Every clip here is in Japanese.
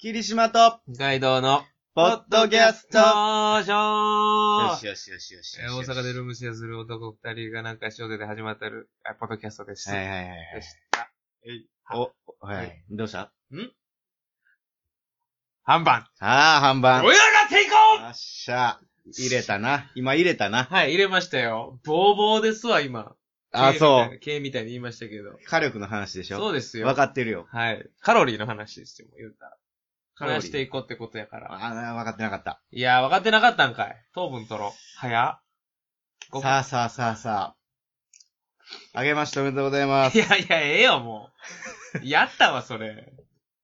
霧島と、二階堂の、ポッドキャストよいしょよーしよしよしよしえーよ大し。阪でルームシェアする男二人がなんか仕事で始まったる、あポッドキャストでした。はいはいはいはでい。した。お、は。はいどうしたあ半番。あ、半親番。がよっていこっしゃ。入れたな。今入れたなう。はい、入れましたよ。ボーボーですわ、今。あ、そう。。 K みたいに言いましたけど。火力の話でしょそううですよわ。かってるよ。はい。カロリーの話ですよ、言うたら。カロリー話していこうってことやから。ああ、わかってなかった。いやー、分かってなかったんかい。糖分取ろう。早っ。さあさあさあさあ。あげましておめでとうございまいす。やいや、ええよ、もう。やったわ、それ。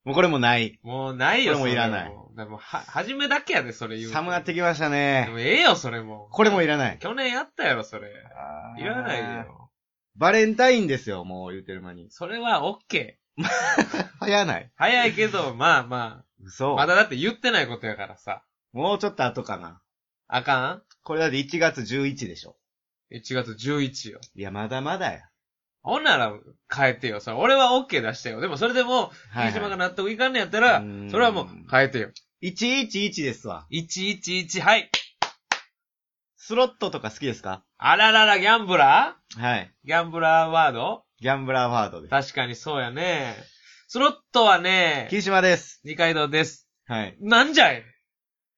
もうこれもない。もうないよ、これもいらないそもうだからもうは、初めだけやで、それ言うの。寒なってきましたでね。もええよ、それも。これもいらない。去年やったやろ、それ。いらない。よ。バレンタインですよ、もう言うてる間に。それはオッケー。早ない。早いけど、 まあまあ。嘘。まだだって言ってないことやからさ。もうちょっと後かな。あかこれだって1月11でしょ。ん ?1 月11よ。いや、まだまだや。ほんなら、変えてよ。それ俺はオッケー出したよ。でもそれでも、はい、霧島がは納得いかんねやったらうー、んそれはもう、変えてよ。い。111ですわ。 111、はい。スロットとか好きですかあららら、ギャンブラはい。ーギャンブラーワードギャンブラーワードです。確かにそうやね。スロットはね、霧島です。二階堂です。はい。なんじゃい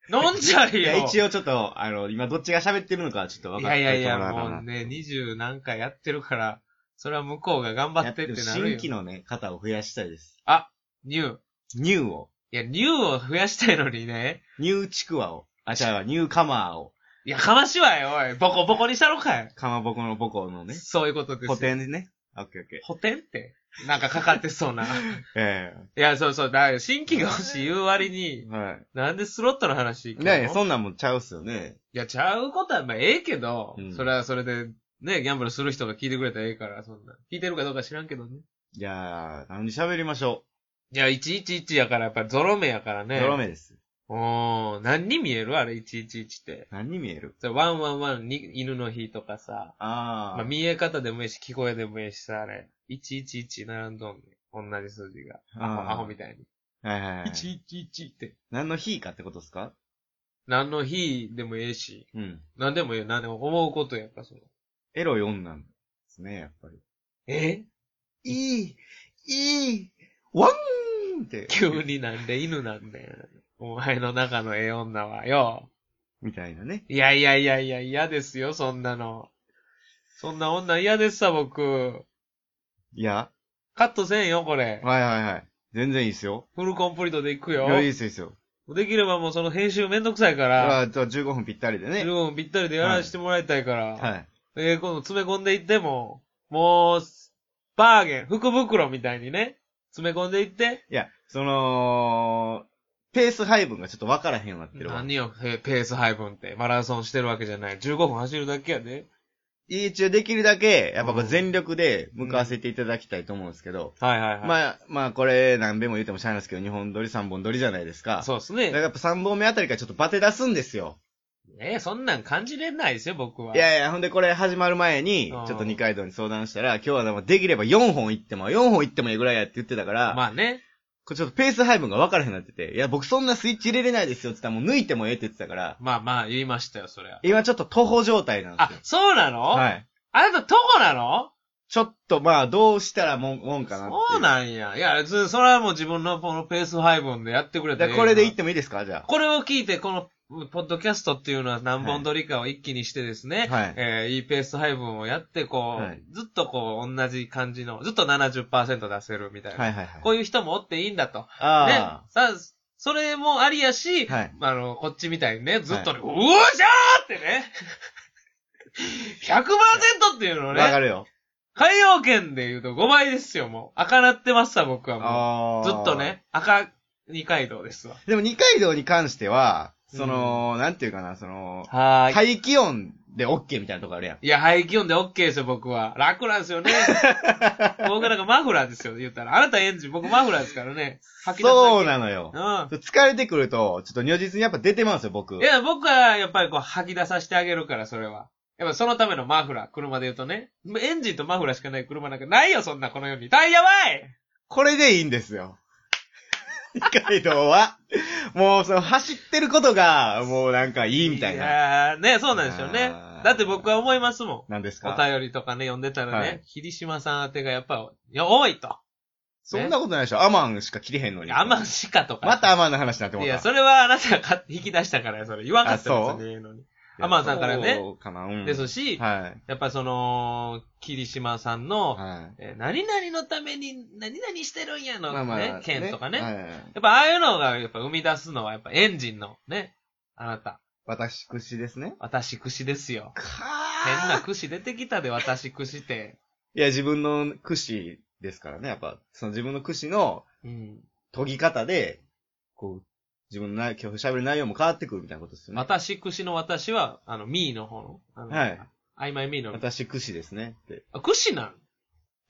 なんじゃいよいや、一応ちょっと、あの、今どっちが喋ってるのかちょっと分いかっやいやてもらえいたや、らな。もうね、二十何回やってるから、それは向こうが頑張ってっていやなでもる新よ。規のね、方を増やしたいです。ニュー。ニューを。いや、ニューを増やしたいのにね。ニューチクワを。あ、じゃあ、ニューカマーを。いや、かましわよ、おい。ボコボコにしたろかい。かまぼこのぼこのね。そういうことですよ。古。典でね。オッケーオッケ補填って。なんかかかって そうな。いー。えや、そうそう。だから、新規が欲しい言う割にえ、はい。なんでスロットの話行くのねえ、そんなんもちゃうっすよね。いや、ちゃうことは、まあ、ええけど、うんそれはそれで、ね、ギャンブルする人が聞いてくれたらええから、そんな。聞いてるかどうか知らんけどね。じゃあ、何喋りましょいや、111やから、やっぱりゾロ目やからう。ね。ゾロ。目です。おー、何に見えるあれ、111って。何に見えるそれ、ワンワンワンに、犬の日とかさ。ああ。まあ、見え方でもいいし、聞こえでもいいしさ、あれ。111並んどんね。同じ数字が。アあホ、ーアホみたいに。はいはいはい。 111って。何の日かってことですか何の日でもええし、うん。何でもええ、何でも思うことやっぱその。エロい女なんですね、やっぱり。えいい、いい、ワンって。急になんで犬なんだよ。お前の中のええ女はよ。みたいなね。いやいやいやいや、嫌ですよ、そんなの。そんな女嫌ですさ、僕。いや。カットせんよ、これ。はいはいはい。全然いいっすよ。フルコンプリートでいくいよ。や、いいっすよ、いいっすよ。できればもうその編集めんどくさいから、あじゃあ15分ぴったりでね。 15分ぴったりでやらせてもらいたいから、はい。えー、今度詰め込んでいっても、もう、バーゲン、福袋みたいにね、詰め込んでいって、いや、その、ペース配分がちょっとわからへんわってるわ。何よ、えペース配分って、マラソンしてるわけじゃない。15分走るだけやで。一応できるだけ、やっぱこう全力で向かわせていただきたいと思うんですけど、はいはいはい。まあ、まあこれ何べも言ってもしゃあないですけど、2本撮り3本撮りじゃないですか。そうですだからね。やっぱ3本目あたりからちょっとバテ出すんですよ。えーそんなん感じれないですよ、僕は。いやいや、ほんでこれ始まる前に、ちうょんっと二階堂に相談したら、今日はでもできれば4本行っても、4本行ってもいいぐらいやって言ってたから、まあね。これちょっとペース配分が分からへんなってて、いや僕そんなスイッチ入れれないですよって言ったらもう抜いてもええって言ってたから、まあまあ、言いましたよ、そりゃ。今ちょっと徒歩状態なんであすよ、。そうなの、はい。あなた、どこなのちょっとまあどうしたらもん、もんかなっていそうなんや。いや、別にそれはもう自分のこのペース配分でやってくれじたゃあこれで行ってもいいですかじゃあ。これを聞いて、この、ポッドキャストっていうのは何本撮りかを一気にしてですね、はいえーいいペース配分をやって、こう、はいずっとこう、同じ感じの、ずっと70%出せるみたいな。はいはいはい。こういう人もおっていいんだと。ね。あさ、それもありやし、はいあの、こっちみたいにね、ずっとね、うおーじゃーってね、100%っていうのあ、をわかね、るよ。海洋圏で言うと5倍ですよ、もう。赤なってますわ、僕はもう。ああ。ずっと。ね、赤二階堂ですわ。でも二階堂に関しては、その、なんていうかな、その、はーい。排気音で OK みたいなとこあるやん。いや、排気音で OK ですよ、僕は。楽なんです よね。僕なんかマフラーですよ、言ったら。あなたエンジン、僕マフラーですからね。吐き出すだけそうなのよ。疲れてくると、ちょっと如実にやっぱ出てますよ、僕。うん。いや、僕はやっぱりこう吐き出させてあげるから、それは。やっぱそのためのマフラー、車で言うとね。エンジンとマフラーしかない車なんかないよ、そんなこの世に。タイヤばいこれでいいんですよ。二階堂は、もうその走ってることが、もうなんかいいみたいな。やーね、そうなんですよねあ。ーだって僕は思いますもん。なんですおか便りとかね、読んでたらね、はい霧島さん宛てがやっぱ、いや、多いと。そんなことないでしょ。アマンしか切れへんのに。アマンシカとか。またアマンの話になってもいらや、った。それはあなたが勝手に引き出したからよそれ。言わなかったあよそう別にええのに。アマンさんからねそうかな、うん。ですし、はい。やっぱその、霧島さんの、はい。えー何々のために、何々してるんやの、ね、剣とかね。はやいっぱああいうのが、やっぱ生み出すのは、やっぱエンジンのね、あなた、私くしですね。私串ですよ。か変な串出てきたで、私串って。いや、自分のくしですからね。やっぱ、その自分のくしのうん。研ぎ方で、こう、自分のな今日喋る内容も変わってくるみたいなことですよね。私串の私は、あの、ミーの方の。あのはい。曖昧ミーの。私くしですね。ってあ、串なんっ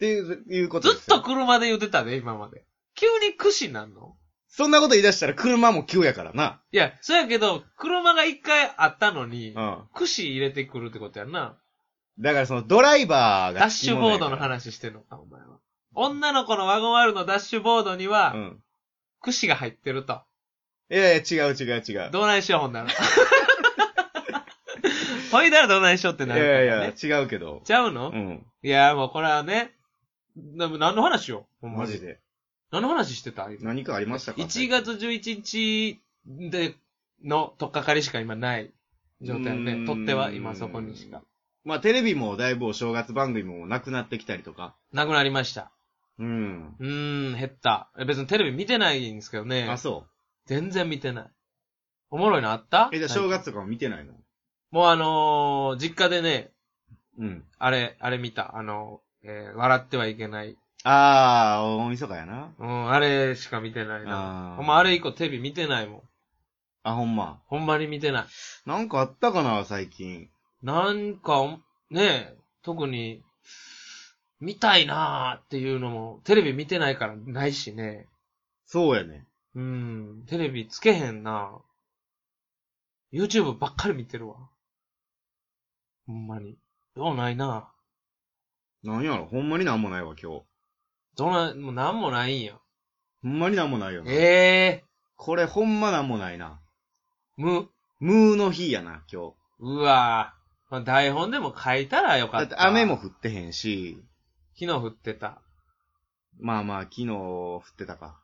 ていう、いうことずですっとっと車で言ってたで、今まで。急に串なんのそんなこと言い出したら車も急やからな。いや、そうやけど、車が一回あったのに、うん。串入れてくるってことやんな。だからそのドライバーが。ダッシュボードの。話してんのか、お前は。女の子のワゴンワールドのダッシュボードには、うん。串が入ってると。いやいや、違う違う違う。どうないしよう、ほんなら。ほいだらどうないしようっていなるから、やね。いや、違うけど。ちゃうの、うん。いや、もうこれはね、な何の話よ、ほんまマにジで。何の話してた今何かありましたか ?1。月11日で、の、とっかかりしか今ない状態ようーんね。取っては今そこにしか。まあ、テレビもだいぶお正月番組もなくなってきたりとか。なくなりました。うん。うーん、減った。え別にテレビ見てないんですけどねあ、。そ全然見てない。おもろいのあったう。 え、じゃあ正月とかも見てないのもうあのー実家でね、うん。あれ、あれ見た。あの、えー笑ってはいけない。あー、大晦日やな。うん、あれしか見てないなあ。ーほんま、あれ以降テレビ見てないもん。あ、ほんま。ほんまに見てない。なんかあったかな、最近。なんか、ねえ、特に、見たいなーっていうのも、テレビ見てないからないしね。そうやね。うん、テレビつけへんな YouTube ばっかり見てるわ。ほんまに。どうないななんやろ、ほんまになんもないわ、今日。どうな、もうなんもないんや。ほんまになんもないよな。ええこれほんまなんもないな。ー、む、ムーの日やな、今日。うわーまあ、台本でも書いたらよかだっってた。雨も。降ってへんし、昨日降ってた。まあまあ昨日降ってたか。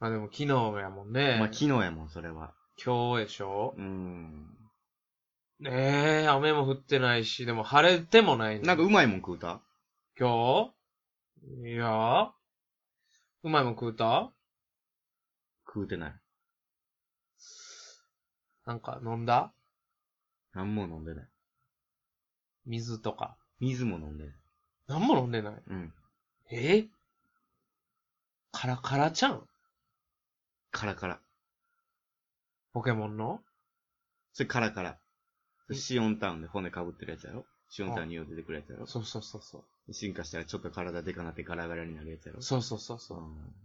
まあでも昨日やもんね。まあ昨日やもん、それは。今日でしょうん。ねえ、雨も降ってないし、でも晴れてもないねなんかうまいもん食うた今日いやうまいもん食うた食うてない。なんか飲んだなんも飲んでない。水とか。水も飲んでない。なんも飲んでない。うん。えカラカラちゃんカラカラ。ポケモンのそれカラカラ。それシオンタウンで骨被ってるやつやろシオンタウンによう出てくるやつやろそうそうそうそ進化したらちょっと体でかなってガラガラになるやつやろう。そうそうそうそうう。ん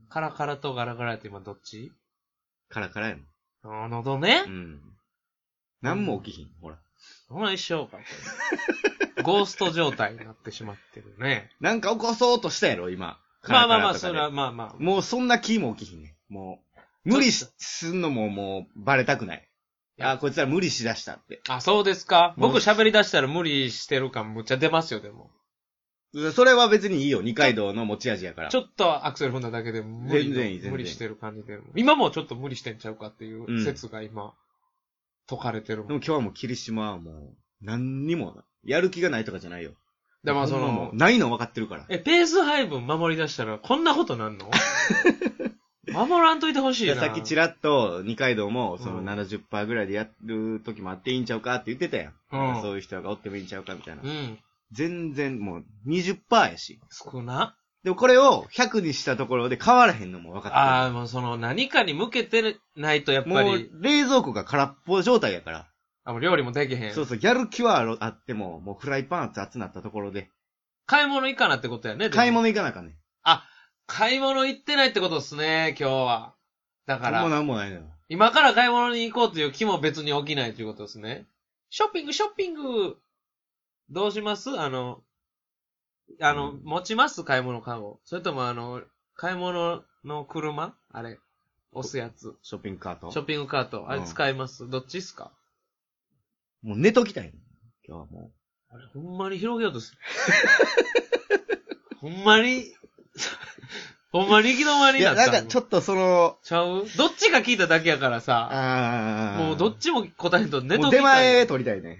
カラカラとガラガラって今どっちカラカラやん。あー喉ねう。ん。なんも起きひん、ほら。ほら、一緒か。こ れゴースト状態になってしまってるね。なんか起こそうとしたやろ、今。まあまあまあ、カそラカラとかでれはまあまあ。もうそんな気も起きひんね。もう、無理しすんのももうバレたくない。あー、こいつら無理しだしたって。あ、そうですか。もう僕喋り出したら無理してる感むっちゃ出ますよ、でも。それは別にいいよ、二階堂の持ち味やから。ちょっとアクセル踏んだだけで無理全然いい全然いい無理してる感じで。今もちょっと無理してんちゃうかっていう説が今、解かれてるもでもん。今日はもう霧島はもう、何にも、やる気がないとかじゃないよ。でもそほんまものう、ないの分かってるから。え、ペース配分守り出したらこんなことなん の守らんといてほしいでな。さっきちらっと二階堂も、そうのん70%ぐらいでやる時もあっていいんちゃうかって言ってたやん。うんなんかそういう人がおってもいいんちゃうかみたいなう。ん。全然もう20%やし。少な。でもこれを100にしたところで変わらへんのも分かってる。ああ、もうその何かに向けてないとやっもぱうり、、冷蔵庫が空っぽ状態やから。あもう料理もできへんそう。そう、やる気はあるあっても、もうフライパン熱々なったところで、買い物行かなってことやね。でも買い。物行かなあかんねん。買い物行ってないってことっすね、今日は。だかもうら、なんもないのよ。今から買い物に行こうという気も別に起きないということですね。ショッピング、ショッピングどうしますあの、あの、うん持ちます買い物カゴ。それともあの、買い物の車あれ。押すやつ。ショッピングカート。ショッピングカート。あれうん使います、どっちっすかもう寝ときたい。今日はもあれ、ほんまに広げようと する。ほんまに、ほんまに行き止まう。りいになや、ったなんかちょっっとその、ちゃうどっちが聞いただけやからさ、あーもうどっちも答えんとネもトう出前取りたいね。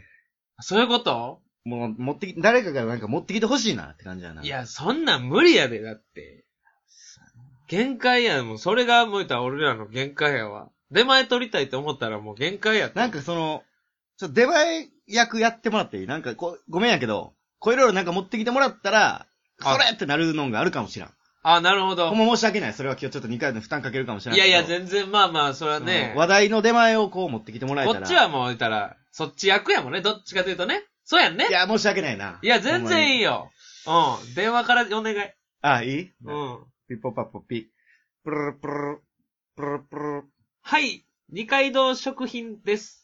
そういうこともう持ってき、誰かがなんか持ってきてほしいなって感じやな。い、や、そんなん無理やで、だって。限界や、もうそれが向いたら俺らの限界やわ。出前取りたいと思ったらもう限界やってなんかその、ちょっと出前役やってもらっていいなんかこう、ごめんやけど、こういろいろなんか持ってきてもらったら、あそれってなるのがあるかもしらん。あ、なるほどほん。ま申し訳ない。それは今日ちょっと2回の負担かけるかもしれないい。やいや、全然、まあまあ、それはねうん、話題の出前をこう持ってきてもらえたこら。っちはもう、いたら、そっち役やもんね、どっちかというとね。そうやんねい。や、申し訳ないな。いや、全然いいよ。よ。うん。電話からお願い。あ、いいうん。ピッポパッポピ。プルルプルル、プルルプルル。はい。二階堂食品です。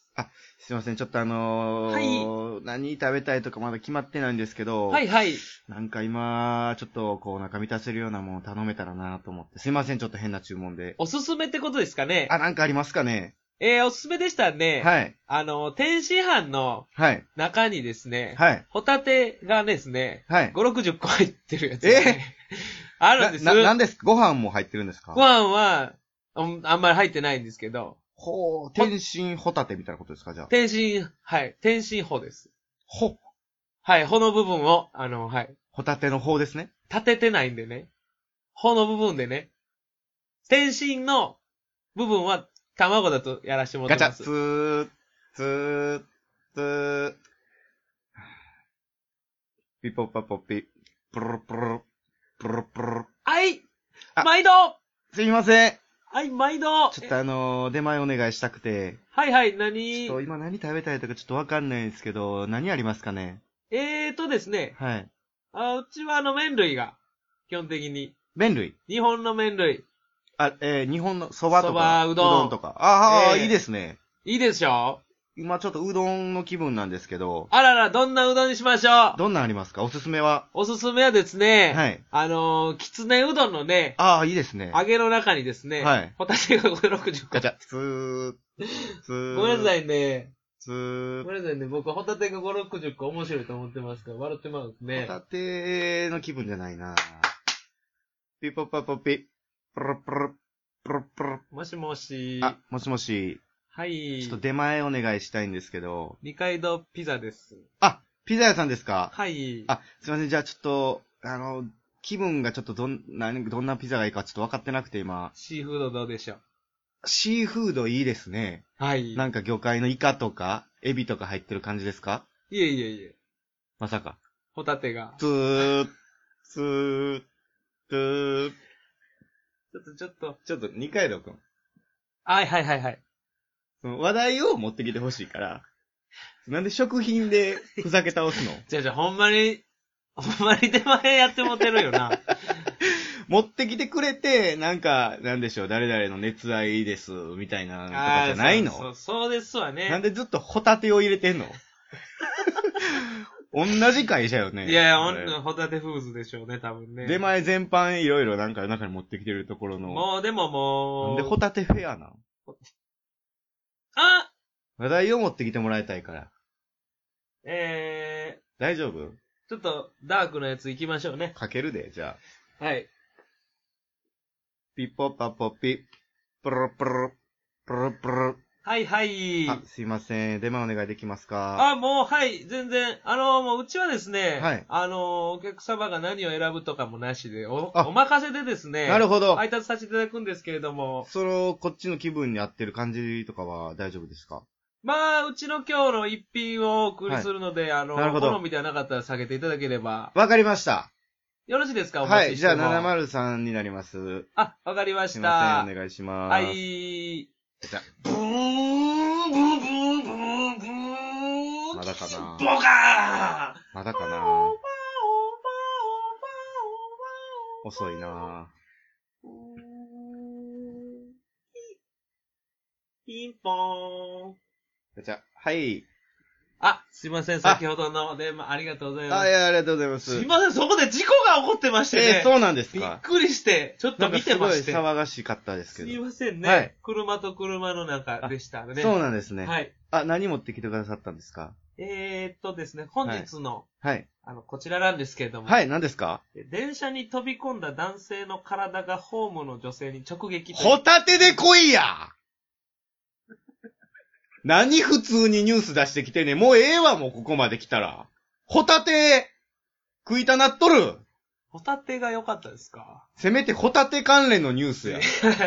すいません、ちょっとあのー、何食べたいとかまだ決まってないんですけど、はいはい。なんか今、ちょっとこうお腹満たせるようなもの頼めたらなと思って。すいません、ちょっと変な注文で。おすすめってことですかねあ、なんかありますかねえー、おすすめでしたらね。はい。あの、天津飯のはい。中にですね、はい。ホタテがですね、は5、い。60個入ってるやつがね、あるんですな、ななんですご飯も入ってるんですかご飯は、うんあんまり入ってないんですけど、ほう、天津ホタテみたいなことですかじゃあ。天津、はい、天津穂です。ほ、はい、穂の部分を、あの、はい、ホタテの方ですね。立ててないんでね。穂の部分でね。天津の部分は卵だとやらしてもらガっチてャ、ます。ツー、ツー、ツー。ピポパポピ、プルルプルル、プルルプルル。はいあ毎度すみません。はい、毎度ちょっえとあのー、出前お願いしたくて。はいはい、ち何ょっと今何食べたいとかちょっとわかんないんですけど、何ありますかねえーとですね、はい。あうちはあの麺類が、基本的に。麺類。日本の麺類。あ、えー、日本の蕎麦とか。蕎麦うどんとか。ああ、ええいいですね。いいでしょ今ちょっとうどんの気分なんですけど、あらら、どんなうどんにしましょうどんなんありますかおすすめは。おすすめはですね、はい。あのー、きつねうどんのね、ああ、いいですね。揚げの中にですね、はいホタテが560個ガ。チャ。ツー、ツー。ごめんなさい。いね。ツー。ごホめんなさいね、僕はホタテが5、60個面白いと思ってますから、笑ってまうんですね。タテの気分じゃないなピポパポピ。プルプル、プルプル。もしもし。あ、もしもし。はい。ちょっと出前お願いしたいんですけど。二階堂ピザです。あ、ピザ屋さんですかはい。あ、すいません。じゃあちょっと、あの、気分がちょっとどん、などんなピザがいいかちょっと分かってなくて今。シーフードどうでしょうシーフードいいですね。はい。なんか魚介のイカとか、エビとか入ってる感じですかいえいえいえ。まさか。ホタテが。ツー、ツー、ツー。ちょっとちょっと。ちょっと二階堂くん。はいはいはいはい。その話題を持ってきてほしいから。なんで食品でふざけ倒すのじゃあじゃあほんまに、ほんまに手前やってもてるよな。持ってきてくれて、なんか、なんでしょう、誰々の熱愛です、みたいなのとかじゃないのあーそうそうそうですわね。なんでずっとホタテを入れてんの同じ会社よね。いやいや、ほこれんとホタテフーズでしょうね、多分ね。出前全般いろいろなんか中に持ってきてるところの。もうでもなもんう。でホタテフェアなのあ話題を持ってきてもらいたいから。え大丈夫ー、ちょっとダークなやつ行きましょうね。かけるで、じゃあ。はい。ピッポッパッポッピ。プルプル。プルプル。はいはい。あ、すいません。出前お願いできますかあ、もう、はい、全然。あの、もう、うちはですね、はいあの、お客様が何を選ぶとかもなしで、お、あお任せでですね、なるほど。配達させていただくんですけれども、その、こっちの気分に合ってる感じとかは大丈夫ですかまあ、うちの今日の一品をお送りするので、あの、なるほど好みではなかったら下げていただければ、わかりました。よろしいですかおは待い。ちしじてゃもあ、703になります。あ、わかりましすいまたせん、。お願いします。はい。じゃあブーン、ブーン、ブーン、ブーン、ブーン。まだかなボカーンまだかオーバーオーバーオーバーオなーバー遅いなピンポーン。じゃあ、はい。あ、すいません、先ほどの電話ありがとうございまあ、いす。や、ありがとうございます。すいません、そこで事故が起こってましてえねー、。そうなんですびっか。くりして、ちょっなとんか見すてごまいして。騒がしかったですけすど。いませんね、はい車と車の中でしたね。そうなんですね。はい。あ、何持ってきてくださったんですかえー、っとですね、本日の、はい。あの、こちらなんですけれども、はい、何ですか電車に飛び込んだ男性の体がホームの女性に直撃というホタテで来いや何普通にニュース出してきてんねんもうええわ、もうここまで来たら。ホタテ食いたなっとるホタテが良かったですか せめてホタテ関連のニュースや。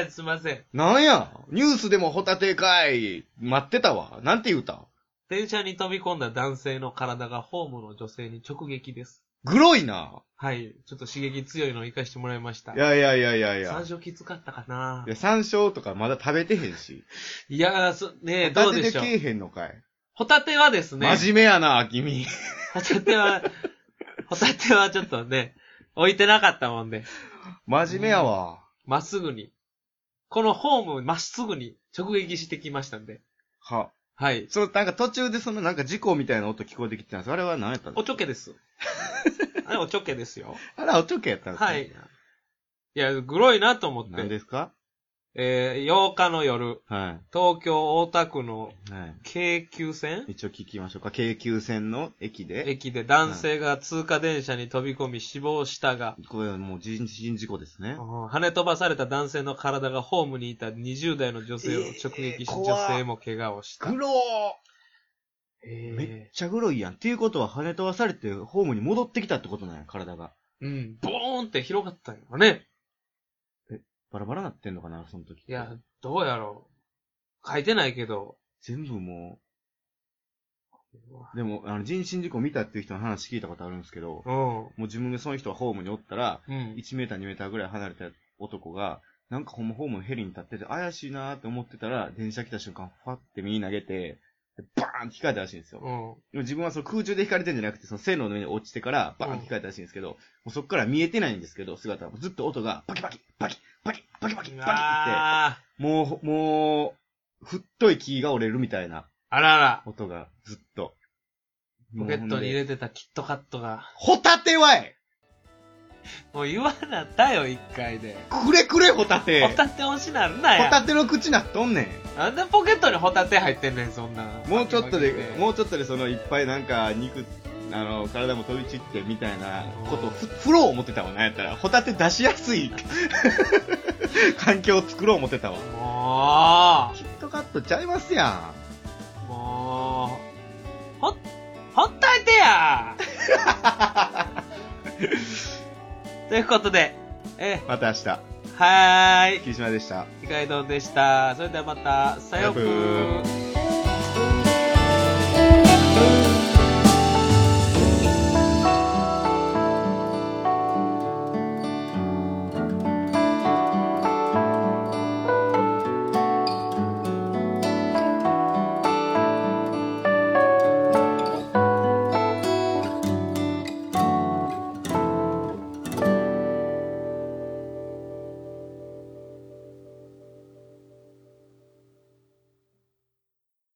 すいません。なんやニュースでもホタテかい待ってたわ。なんて言うた電車に飛び込んだ男性の体がホームの女性に直撃です。グロいな。はい。ちょっと刺激強いのを活かしてもらいました。いやいやいやいやいや山。椒きつかったかないや、山椒とかまだ食べてへんし。いやー、そねえ、ホどタうテででしょうけ。えへんのかい。ホタテはですね、真面目やな、君。ホタテは、ホタテはちょっとね、置いてなかったもんで、真面目やわ。まっすぐに、このホームをまっすぐに直撃してきましたんで、は。はい。その、なんか途中でそのなんか事故みたいな音聞こえてきてたんです。あれは何やったんでおすちょけです。あれおちょけですよ。かあれはおちょけやったんですかはい。い。や、グロいなと思っ何て。ですかえー、8日の夜、は東京大田区のい。はい。京急線一応聞きましょうか。京急線の駅で。駅で男性が通過電車に飛び込み死亡したが、これはもう人身事故ですね。跳ね飛ばされた男性の体がホームにいた20代の女性を直撃えーし、怖女っ性も怪我をした。ローめっえちゃグロいやん。っていうことは跳ね飛ばされてホームに戻ってきたってことなんや、体が。ーうん、ボーンって広がったんやね。バラバラなってんのかな、その時。いや、、どうやろう。書いてないけど。全部もう、でも、あの、人身事故見たっていう人の話聞いたことあるんですけど、もうん。う自分がその人がホームにおったら、うん。 1メーター、2メーターぐらい離れた男が、なんかほんまホームのヘリに立ってて怪しいなーって思ってたら、電車来た瞬間、ファって右投げて、でバーンって引かれたらしいんですよ。うん。でも自分はその空中で引かれてんじゃなくて、その線路の上に落ちてから、バーンって引かれたらしいんですけど、もうそっから見えてないんですけど、姿は。ずっと音が、パキパキ、パキ、パキ、パキパキ、パキって、あもう、もう、ふっとい木が折れるみたいなーあらら。音が、ずっと。ポケットに入もうほんでれてたキットカットが。ホタテはえもう言わなったよ、一回で。くれくれホタテホタテ押しなんなホや。タテの口なっとんねん。なんでポケットにホタテ入ってんねん、そんな。もうちょっパキとパでキ、もうちょっとでそのいっぱいなんか肉、あの、体も飛び散ってみたいなこと、ふ、フロー思ってたわ、なんやったら。ホタテ出しやすい 環境を作ろう思ってたわ。もキットカットちゃいますやう、もう、ほ、ほったいて やということで、えん。、また明日、はーい、霧島でした。二階堂でした。それではまた、さようさようく。